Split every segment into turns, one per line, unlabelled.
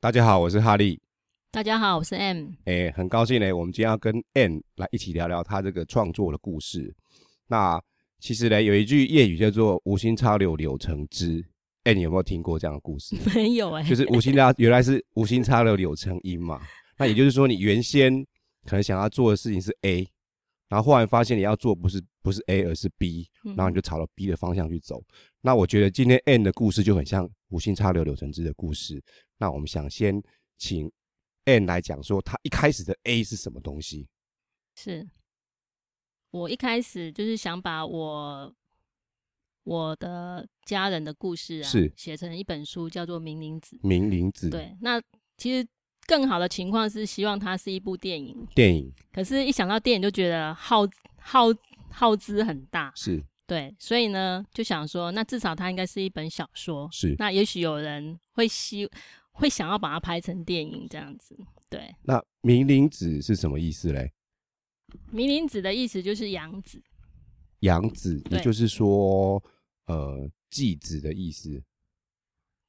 大家好，我是哈利。
大家好，我是 M。
诶，很高兴呢，我们今天要跟 N 来一起聊聊他这个创作的故事。那其实呢，有一句谚语叫做“无心插柳柳成枝”。N 有没有听过这样的故事？
没有哎、
就是无心插，原来是无心插柳柳成荫嘛。那也就是说，你原先可能想要做的事情是 A，然后忽然发现你要做不是不是 A，而是 B，
嗯
然后你就朝了 B 的方向去走。那我觉得今天 N 的故事就很像无心插柳柳成枝的故事。那我们想先请 N 来讲说，他一开始的 A 是什么东西？
是我一开始就是想把我我的家人的故事啊，
是
写成一本书，叫做《明灵子
明灵子》。
对，那其实更好的情况是希望它是一部电影，
电影
可是，一想到电影就觉得耗耗耗资很大，
是
对，所以呢，就想说，那至少它应该是一本小说。
是。
那也许有人会希会想要把它拍成电影这样子，对。
那明灵子是什么意思嘞？
迷灵子的意思就是养子，
养子，也
对
就是说，呃，继子的意思。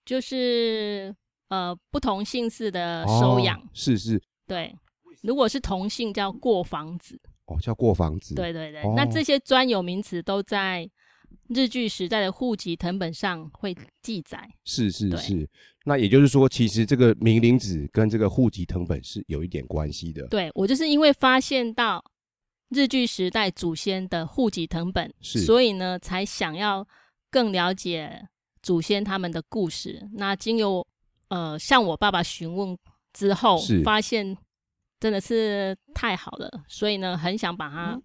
就是呃不同姓氏的呃收养。
哦、是是
对，如果是同姓叫过房子。
哦，叫过房子。
对对对，
哦
那这些专有名词都在日据时代的户籍藤本上会记载。
是是
对
是。那也就是说，其实这个明灵子跟这个户籍藤本是有一点关系的。
对我就是因为发现到日据时代祖先的户籍藤本，
是
所以呢才想要更了解祖先他们的故事。那经由呃向我爸爸询问之后
是，
发现真的是太好了，所以呢很想把
嗯
它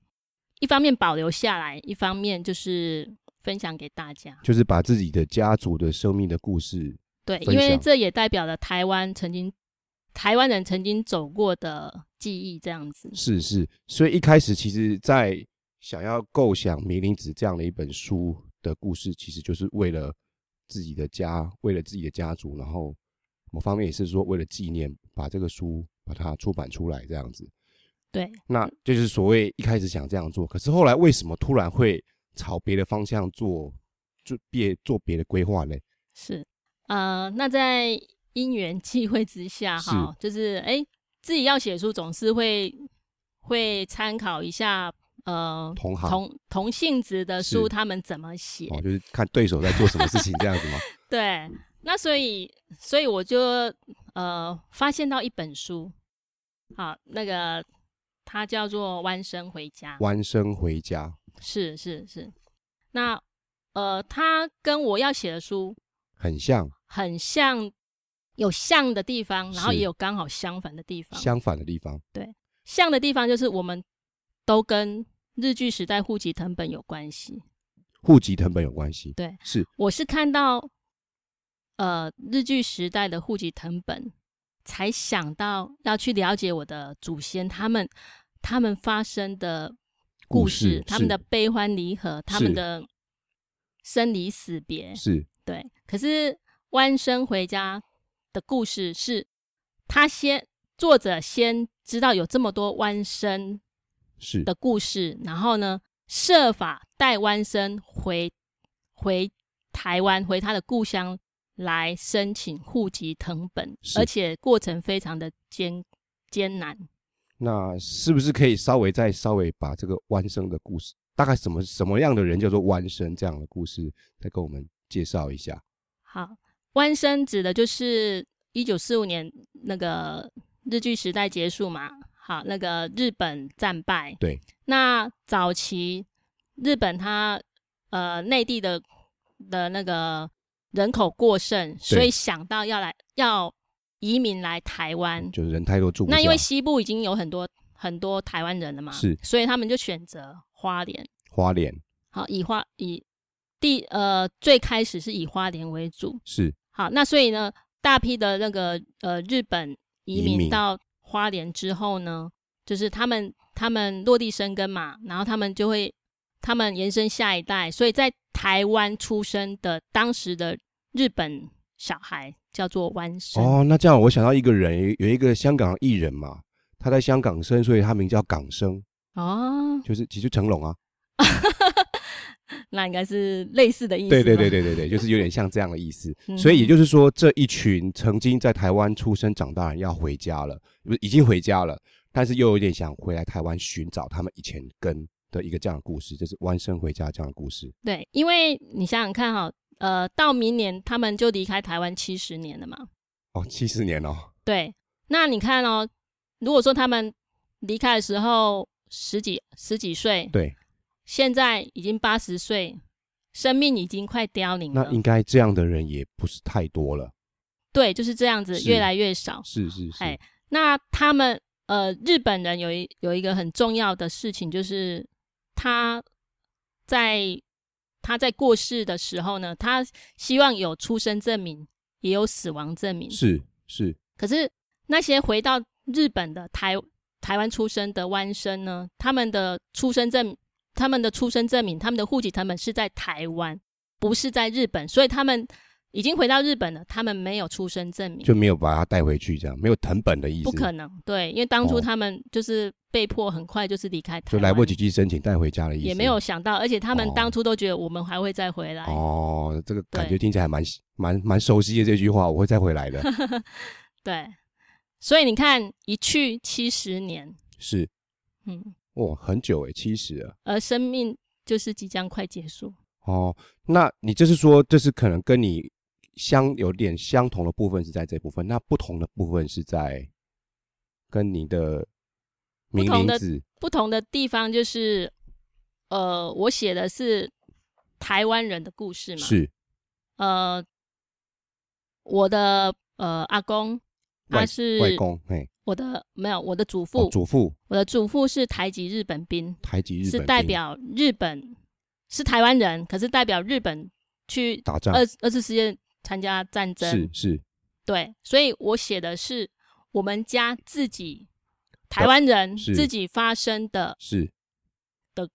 一方面保留下来，一方面就是分享给大家。
就是把自己的家族的生命的故事，
对，
分
因为
享
这也代表了台湾曾经台湾人曾经走过的记忆，这样子。
是是。所以一开始，其实，在想要构想《明灵子》这样的一本书的故事，其实就是为了自己的家，为了自己的家族，然后某方面也是说为了纪念，把这个书把它出版出来这样子。
对，
那这就是所谓一开始想这样做，可是后来为什么突然会朝别的方向做，就别做别的规划呢？
是，呃，那在因缘际会之下，
是
哈，就是哎、诶自己要写书，总是会会参考一下，呃，
同行
同同性质的
是
书他们怎么写，
哦，嗯就是看对手在做什么事情这样子吗？
对，那所以，所以我就呃发现到一本书，好，那个它叫做《弯身回家》，
弯身回家
是是是，那呃，它跟我要写的书
很像
很像，有像的地方，然后
是
也有刚好相反的地方。
相反的地方，
像的地方就是我们都跟日据时代户籍藤本有关系。
户籍藤本有关系。
对，
是
我是看到呃日据时代的户籍藤本，才想到要去了解我的祖先他们他们发生的故
故
事，
事
他们的
是
悲欢离合，他们的生离死别。
是
对，可是弯身回家的故事是，他先作者先知道有这么多弯身
是
的故事，然后呢，设法带弯身回回台湾，回他的故乡来申请户籍藤本，
是
而且过程非常的艰艰难。
那是不是可以稍微再稍微把这个弯身的故事，大概什么什么样的人叫做弯身这样的故事，再跟我们介绍一下？
好，弯身指的就是一九四五年那个日据时代结束嘛，好，那个日本战败。
对，
那早期日本它呃内地的的那个人口过剩，所以想到要来要移民来台湾。
就是人太多住不下，
那因为西部已经有很多很多台湾人了嘛，
是
所以他们就选择花莲。
花莲
好，以花以第呃最开始是以花莲为主，
是
好，那所以呢，大批的那个呃日本移
移民
民到花莲之后呢，就是他们他们落地生根嘛，然后他们就会他们延伸下一代，所以在台湾出生的当时的日本小孩叫做湾生，
哦，那这样我想到一个人，有一个香港艺人嘛，他在香港生，所以他名叫港生，
哦
就是其实成龙啊，
那应该是类似的意思。
对对对，对对对，就是有点像这样的意思。
嗯
所以也就是说，这一群曾经在台湾出生长大的人要回家了，不是已经回家了，但是又有点想回来台湾寻找他们以前根的一个这样的故事，就是弯身回家这样的故事。
对，因为你想想看哈，呃，到明年他们就离开台湾七十年了嘛。
哦，七十年哦，
对，那你看哦，如果说他们离开的时候十几十几岁，
对，
现在已经八十岁，生命已经快凋零
那
了。
应该这样的人也不是太多了。
对，就是这样子，
是
越来越少。
是是是，
哎那他们呃，日本人有一有一个很重要的事情，就是他在他在过世的时候呢，他希望有出生证明，也有死亡证明。
是是，
可是那些回到日本的台台湾出生的湾生呢，他们的出生证、他们的出生证明、他们的户籍成本是在台湾，不是在日本，所以他们已经回到日本了，他们没有出生证明，
就没有把他带回去，这样没有藤本的意思，
不可能对，因为当初
哦
他们就是被迫很快就是离开台
就
湾，
来不及去申请带回家的意思，
也没有想到，而且他们
哦
当初都觉得我们还会再回来，
哦，这个感
对
觉听起来蛮蛮蛮熟悉的这句话，我会再回来 的。
对，所以你看一去七十年，
是，
嗯，
哇，很久诶，七十了。
而生命就是即将快结束。
哦，那你就是说，这是可能跟你相有点相同的部分是在这部分，那不同的部分是在跟你的
不
名
同
名
的
字
不同的地方就是，呃，我写的是台湾人的故事嘛，
是
呃，我的呃阿公，他是
外公，嘿，
我的没有我的祖父，
哦祖父
我的祖父是台籍日本兵，
台籍日本
是代
兵
表日本，是台湾人，可是代表日本去
打仗
二，二次世界参加战
是
争，
是
对，所以我写的是我们家自己台湾人
是
自己发生的
是
的，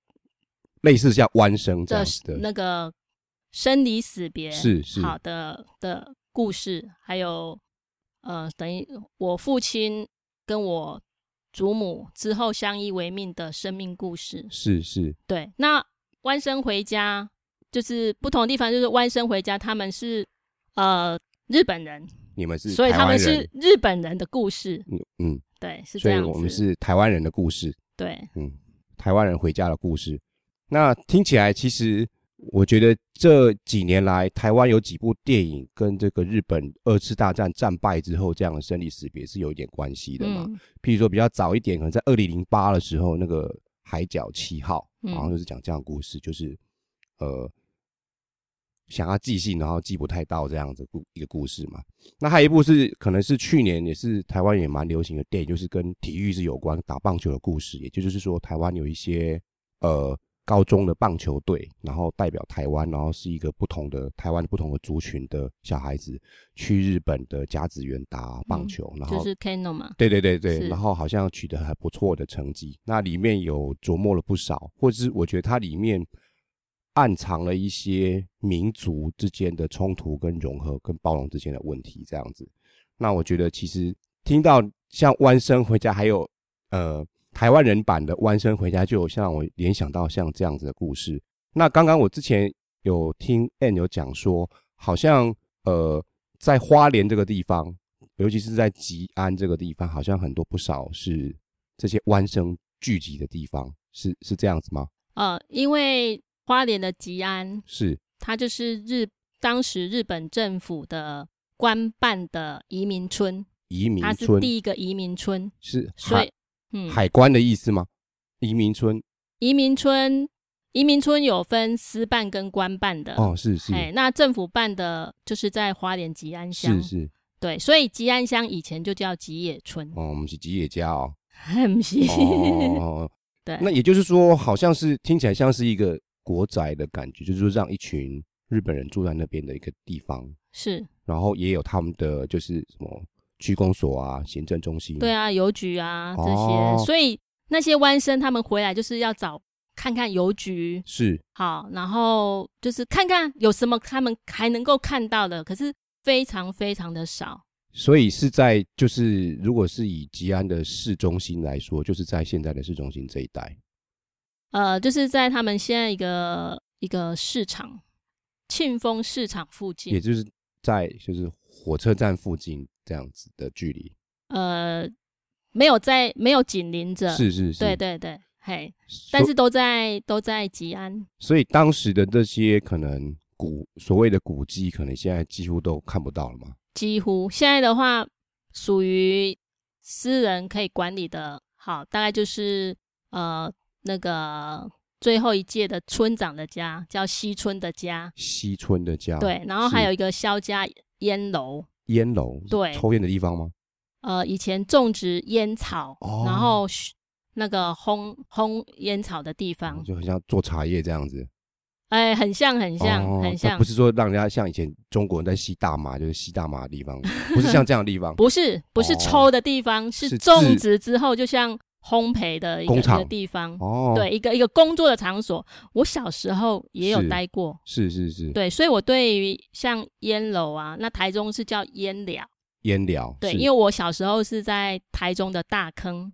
类似像弯生这
这
样
是
子的，
那个生离死别
是是
好的的故事，还有呃，等于我父亲跟我祖母之后相依为命的生命故事。
是是
对，那弯生回家就是不同的地方，就是弯生回家，他们是呃日本人，
你们是
所以
台
他们
湾
是
人
日本人的故事。
嗯嗯，
对，是这
所以
样子。
我们是台湾人的故事，
对，
嗯，台湾人回家的故事。那听起来，其实我觉得这几年来，台湾有几部电影跟这个日本二次大战战败之后这样的生离死别是有一点关系的嘛。
嗯
譬如说，比较早一点，可能在二零零八的时候，那个《海角七号》
嗯
好像就是讲这样的故事，就是呃，想要寄信，然后寄不太到这样子故一个故事嘛。那还有一部是可能是去年也是台湾也蛮流行的电影，就是跟体育是有关打棒球的故事，也就是说台湾有一些呃高中的棒球队，然后代表台湾，然后是一个不同的台湾不同的族群的小孩子去日本的甲子园打棒
嗯
球，然后
就是 Kano 嘛，
对对对对，
是
然后好像取得还不错的成绩。那里面有琢磨了不少，或者是我觉得它里面暗藏了一些民族之间的冲突、跟融合、跟包容之间的问题，这样子。那我觉得其实听到像《弯身回家》，还有呃台湾人版的《弯身回家》，就有像我联想到像这样子的故事。那刚刚我之前有听 N 有讲说，好像呃在花莲这个地方，尤其是在吉安这个地方，好像很多不少是这些湾生聚集的地方，是是这样子吗？
呃，因为花莲的吉安
是
它就是日当时日本政府的官办的移民村，
移民
它是
村，
第一个移民村，
是
所
海
以嗯，
海关的意思吗？移民村
移民村移民村有分私办跟官办的，
哦，是是
哎，那政府办的就是在花莲吉安乡，
是是
对，所以吉安乡以前就叫吉野村，
哦，我们是吉野家 哦，
很皮，
哦哦哦哦
对，
那也就是说，好像是听起来像是一个国宅的感觉，就是说让一群日本人住在那边的一个地方，
是
然后也有他们的就是什么区公所啊、行政中心，
对，啊，邮局啊这些，
哦
所以那些湾生他们回来就是要找看看邮局，
是
好，然后就是看看有什么他们还能够看到的，可是非常非常的少。
所以是在就是，如果是以吉安的市中心来说，就是在现在的市中心这一带，
呃，就是在他们现在一个一个市场，庆丰市场附
也
近，
就是在就是火车站附近这样子的距离，
呃，没有在没有紧邻着，
是是是，
对对对，嘿，
所，
但是都在都在吉安，
所以当时的这些可能古所谓的古迹，可能现在几乎都看不到了嘛。
几乎现在的话属于私人可以管理的，好，大概就是呃那个最后一届的村长的家叫西村的家，
西村的家，
对，然后还
啊是
有一个萧家烟楼，
烟楼，
对
抽烟的地方吗？
呃，以前种植烟草，
哦
然后熏那个烘烘烟草的地方，
哦就很像做茶叶这样子，
哎、很像，很像，
哦
很
那
像
不，是说让人家像以前中国人在吸大麻，就是吸大麻的地 方，不是像这样的地方，
不是，不是
哦
抽的地方，
是
是
自
种植之后，就像烘焙的一个
工
一
厂
个地方，
哦，
对，，一个一个工作的场所。我小时候也有
是
待过，
是是是，
对，所以我对于像烟楼啊，那台中是叫烟寮，
烟寮，
对，
是
因为我小时候是在台中的大坑，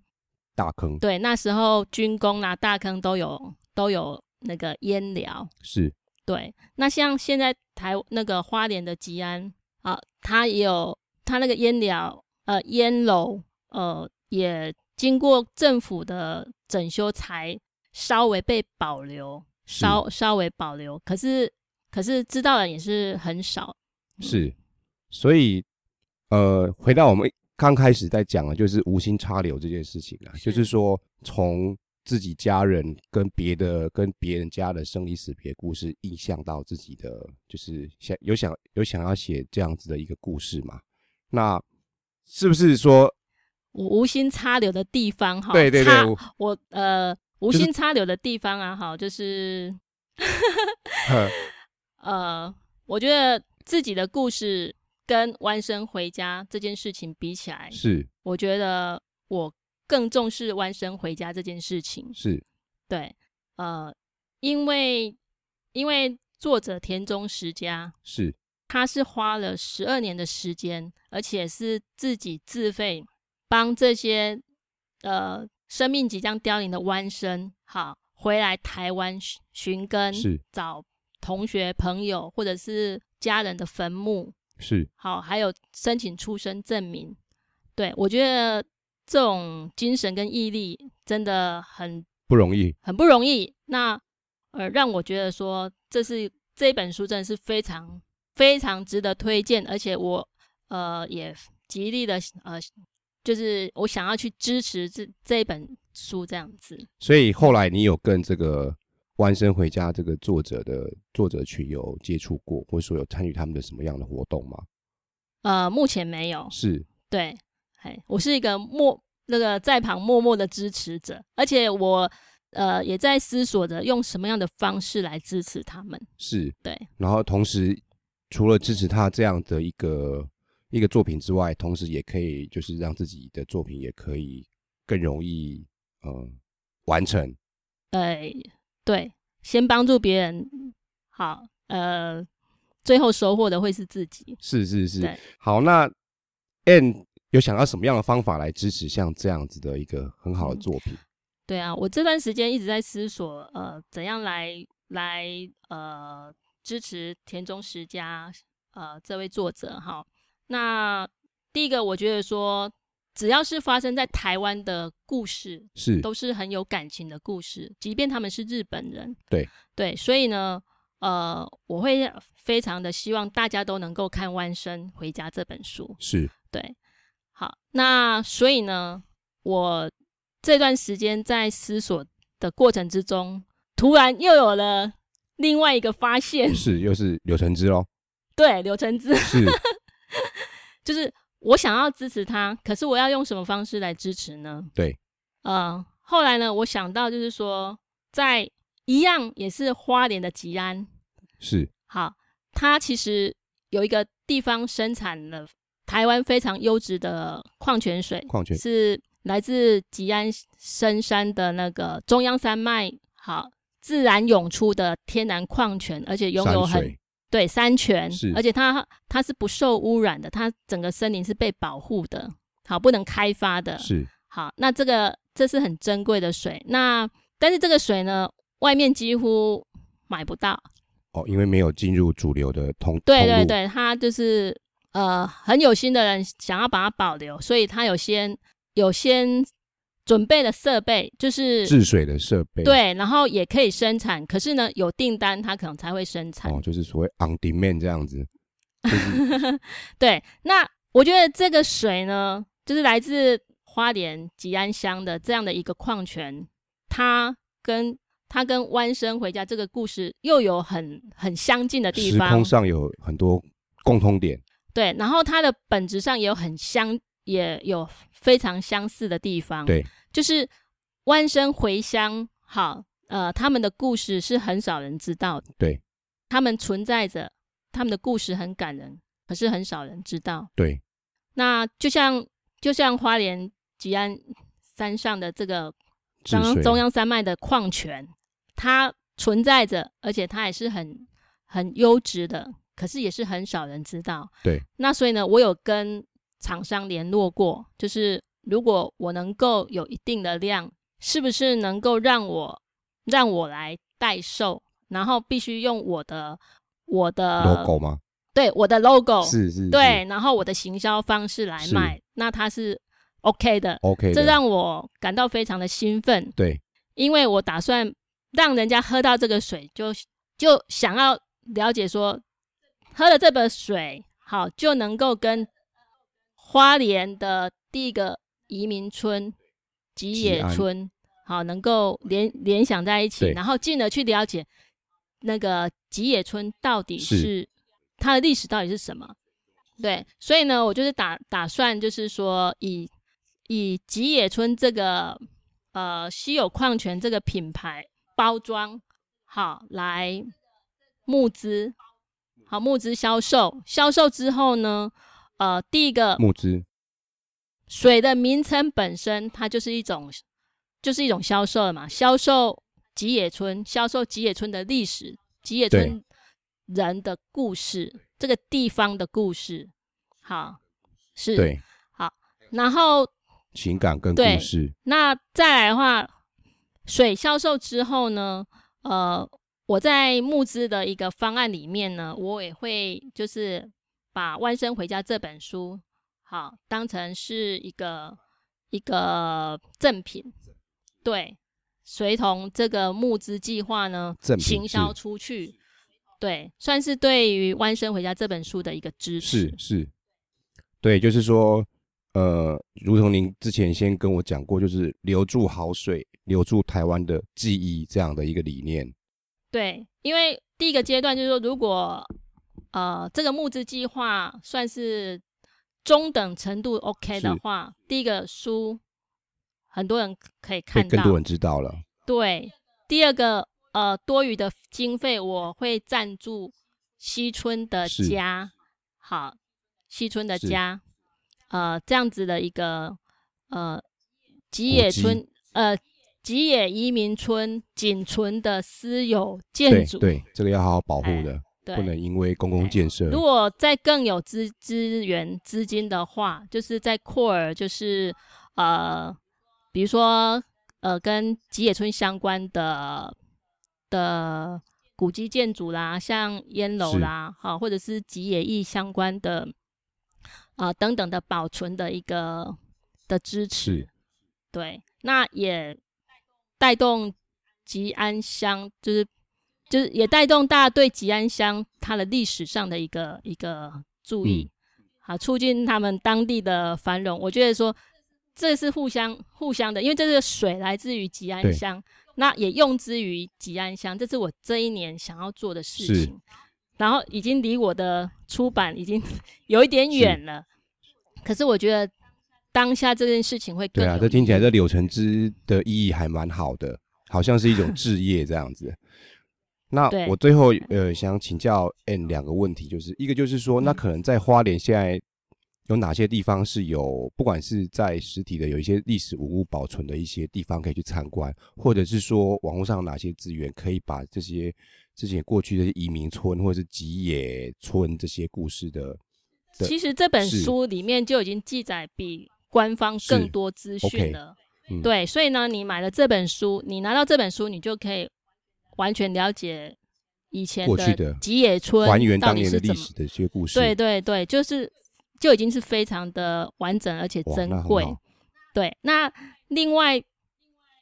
大坑
对，那时候军工啊、大坑都有都有那个烟寮。
是
对，那像现在台那个花莲的吉安啊，它也有它那个烟寮呃烟楼呃也经过政府的整修才稍微被保留，
是
稍稍微保留，可是可是知道的也是很少。
是，所以呃，回到我们刚开始在讲的，就是无心插柳这件事情啊，就是
是
说从自己家人跟别的跟别人家的生离死别故事，印象到自己的，就是想有想有想要写这样子的一个故事嘛？那是不是说
我无心插柳的地方哈，
对对对
插
我
我呃无
就是
心插柳的地方啊，哈，就是
呃
呃，我觉得自己的故事跟弯身回家这件事情比起来，
是
我觉得我更重视弯身回家这件事情。
是
对，呃，因为因为作者田中实家，
是
他是花了十二年的时间，而且是自己自费帮这些呃生命即将凋零的弯身，好回来台湾寻寻根，
是
找同学、朋友或者是家人的坟墓，
是
好，还有申请出生证明。对我觉得这种精神跟毅力真的很
不容易，
很不容易。那呃，让我觉得说，这是这本书真的是非常非常值得推荐，而且我呃也极力的呃，就是我想要去支持这这一本书这样子。
所以后来你有跟这个《弯身回家》这个作者的作者群有接触过，或者说有参与他们的什么样的活动吗？
呃，目前没有，
是
对，哎，我是一个默那个在旁默默的支持者，而且我呃也在思索着用什么样的方式来支持他们。
是，
对，
然后同时除了支持他这样的一个一个作品之外，同时也可以就是让自己的作品也可以更容易呃完成。
呃，对，先帮助别人，好，呃，最后收获的会是自己。
是是是
对，
好，那 N 有想到什么样的方法来支持像这样子的一个很好的
嗯
作品？
对啊，我这段时间一直在思索，呃，怎样来来呃支持田中实家呃这位作者哈。那第一个，我觉得说，只要是发生在台湾的故事，
是
都是很有感情的故事，即便他们是日本人，
对
对，所以呢，呃，我会非常的希望大家都能够看《弯身回家》这本书，
是
对，好，那所以呢，我这段时间在思索的过程之中，突然又有了另外一个发现，
是，又是柳橙汁喽，
对，柳橙汁
是
就是我想要支持他，可是我要用什么方式来支持呢？
对，
呃，后来呢，我想到就是说，在一样也是花莲的吉安，
是
好，它其实有一个地方生产了台湾非常优质的矿泉水，
矿泉
是来自吉安深山的那个中央山脉，好自然涌出的天然矿泉，而且拥有
山
很
水
对山泉
是，
而且它它是不受污染的，它整个森林是被保护的，好不能开发的。
是
好，那这个这是很珍贵的水。那但是这个水呢，外面几乎买不到。
哦，因为没有进入主流的通
对对，
通路
对，他就是呃很有心的人想要把它保留，所以他有先有先准备了设备，就是
治水的设备，，
对，然后也可以生产，可是呢有订单他可能才会生产。
哦，就是所谓 on demand 这样 子，
对，那我觉得这个水呢，就是来自花莲吉安乡的这样的一个矿泉，它跟它跟弯生回家这个故事又有很很相近的地
时
方
空，上有很多共通点，
对，然后它的本质上也有很相，也有非常相似的地方，
对，
就是弯生回乡，好，呃，他们的故事是很少人知道的，
对，
他们存在着，他们的故事很感人，可是很少人知道。
对，
那就像就像花莲吉安山上的这个
治
中央
水
中央山脉的矿泉，它存在着，而且它也是很很优质的，可是也是很少人知道。
对，
那所以呢，我有跟厂商联络过，就是如果我能够有一定的量，是不是能够让我让我来代售，然后必须用我的我的
logo 吗？
对我的 logo
是是，
对，然后我的行销方式来
是
卖，那它是 OK 的，
，OK，
这
的
让我感到非常的兴奋，
对
因为我打算让人家喝到这个水，就就想要了解说，喝了这个水，好就能够跟花莲的第一个移民村吉
吉
野
安
村，好能够联联想在一起，
对
然后进而去了解那个吉野村到底
是
是它的历史到底是什么。对，所以呢，我就是打打算就是说以以吉野村这个呃稀有矿泉这个品牌包装好来募资，好募资销售，销售之后呢，呃，第一个
募资
水的名称本身它就是一种就是一种销售嘛，销售吉野村，销售吉野村的历史，吉野村人的故事，这个地方的故事，好是
对
然后
情感跟故
对
事，
那再来的话，水销售之后呢，呃，我在募资的一个方案里面呢，我也会就是把《万生回家》这本书，好当成是一个一个赠品，对，随同这个募资计划呢
赠，品
行销
是
出去，对，算是对于《万生回家》这本书的一个支持
是，是，对，就是说，呃，如同您之前先跟我讲过，就是留住好水，留住台湾的记忆这样的一个理念。
对，因为第一个阶段就是说，如果呃这个募资计划算是中等程度 OK 的
是
话，第一个书很多人可以
被
看
更
到，
多人知道了，
对。第二个呃多余的经费我会赞助西村的
是
家，好，西村的
是
家，呃这样子的一个呃吉
古
野
迹
村呃。吉野移民村仅存的私有建
对
筑，
对，这个要好好保护
哎
的，
对，
不能因为公共
哎
建设
如果再更有资资源资金的话，就是在扩尔，就是呃，比如说呃，跟吉野村相关的的古迹建筑啦，像烟楼
是
啦，好、或者是吉野艺相关的呃等等的保存的一个的支持。
是
对，那也带动吉安乡，就是就是也带动大家对吉安乡它的历史上的一个一个注
嗯
意，好促进他们当地的繁荣。我觉得说这是互相互相的，因为这个水来自于吉
对
安乡，那也用之于吉安乡，这是我这一年想要做的事
是
情。然后已经离我的出版已经 有一点远了，可是我觉得当下这件事情会更
对啊，
有
这听起来
意义
这柳橙汁的意义还蛮好的，好像是一 种置业这样子。那
对
我最后呃想请教 N 两个问题，就是一个就是说，那
嗯
可能在花莲现在有哪些地方是有，不管是在实体的有一些历史文物保存的一些地方可以去参观，或者是说网络上有哪些资源可以把这些之前过去的移民村或者是吉野村这些故事的的
其实这本
是
书里面就已经记载比官方
是
更多资讯
OK，
了。
嗯
对，所以呢，你买了这本书，你拿到这本书，你就可以完全了解以前
过去的
吉野村
还原
到
当
底
年
是
的历
怎么
史的一些故事，
对对对，就是就已经是非常的完整而且
哇
珍
那很
贵
好。
对，那另外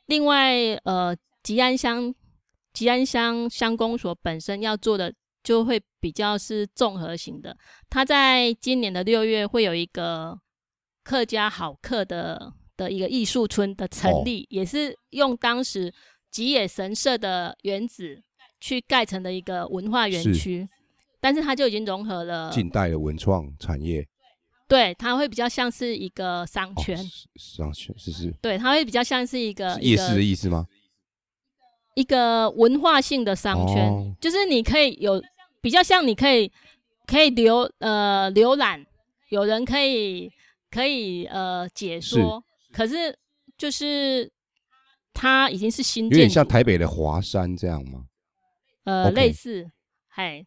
另外呃，吉安乡吉安乡乡公所本身要做的就会比较是综合型的，它在今年的六月会有一个客家好客的的一个艺术村的成
哦
立，也是用当时吉野神社的原址去盖成的一个文化园
是
区。但是它就已经融合了
近代的文创产业，
对，它会比较像是一个商
哦
圈，
是商圈是是
对，它会比较像是一个
是
呃一
夜市的
个
意思吗？
一个文化性的商圈，
哦
就是你可以有比较像你可以可以浏呃浏览，有人可以可以呃解
是
说，可是就是它已经是新
有
建
点
筑
像台北的华山这样吗？
呃
OK
类似，哎，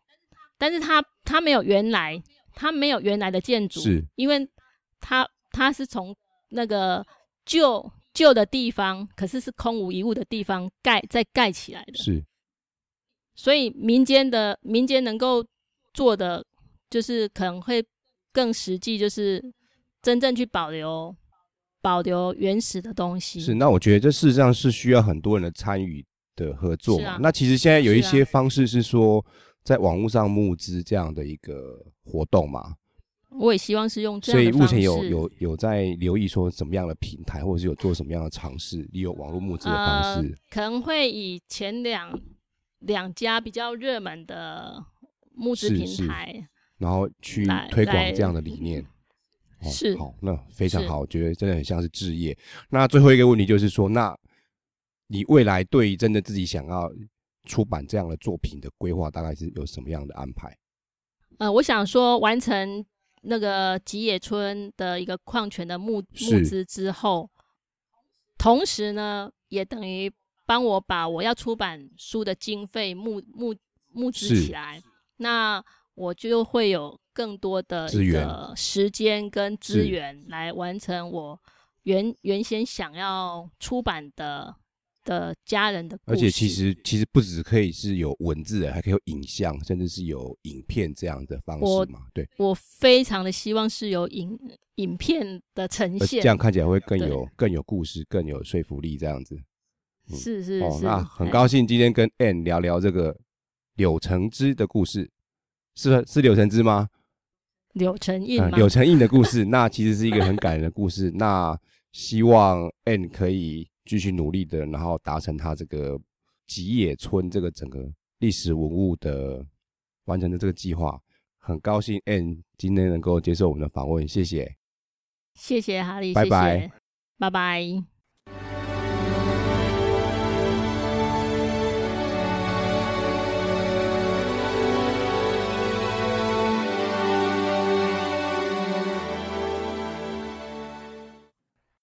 但是它它没有原来它没有原来的建筑，
是
因为它它是从那个旧旧的地方，可是是空无一物的地方盖再盖起来的，
是
所以民间的民间能够做的就是可能会更实际，就是真正去保留保留原始的东西。
是，那我觉得这事实上是需要很多人的参与的合作
是
嘛。
啊
那其实现在有一
是啊
些方式是说在网络上募资这样的一个活动嘛，
我也希望是用这
所
样
以
的
目
方式。
前有有有在留意说什么样的平台，或者是有做什么样的尝试，利用网络募资的方式。
呃、可能会以前两两家比较热门的募资
是
平
是
台，
然后去
来
推广
来
这样的理念。哦
是
好，那非常
是
好，我觉得真的很像是置业。那最后一个问题就是说，那你未来对于真的自己想要出版这样的作品的规划，大概是有什么样的安排？
呃，我想说完成那个吉野村的一个矿权的募募
是
资之后，同时呢，也等于帮我把我要出版书的经费募募募资
是
起来，那我就会有更多的
资
一
源
个时间跟资
是
源来完成我原原先想要出版的的家人的故
而
事。
且其实其实不只可以是有文字的，还可以有影像，甚至是有影片这样的方
我
式嘛？对，
我非常的希望是有影影片的呈
而
现，
呃这样看起来会更
对
有更有故事，更有说服力这样子。嗯
是是
哦，
是，
那很
哎
高兴今天跟 Ann 聊聊这个柳橙汁的故事，是是柳橙汁吗？
柳成印
嗯，
吗？
柳成印的故 事，那其实是一个很感人的故事。那希望 N 可以继续努力的，然后达成他这个吉野村这个整个历史文物的完成的这个计划。很高兴 N 今天能够接受我们的访问，谢谢。
谢谢哈利，
拜
谢
拜
谢，拜拜。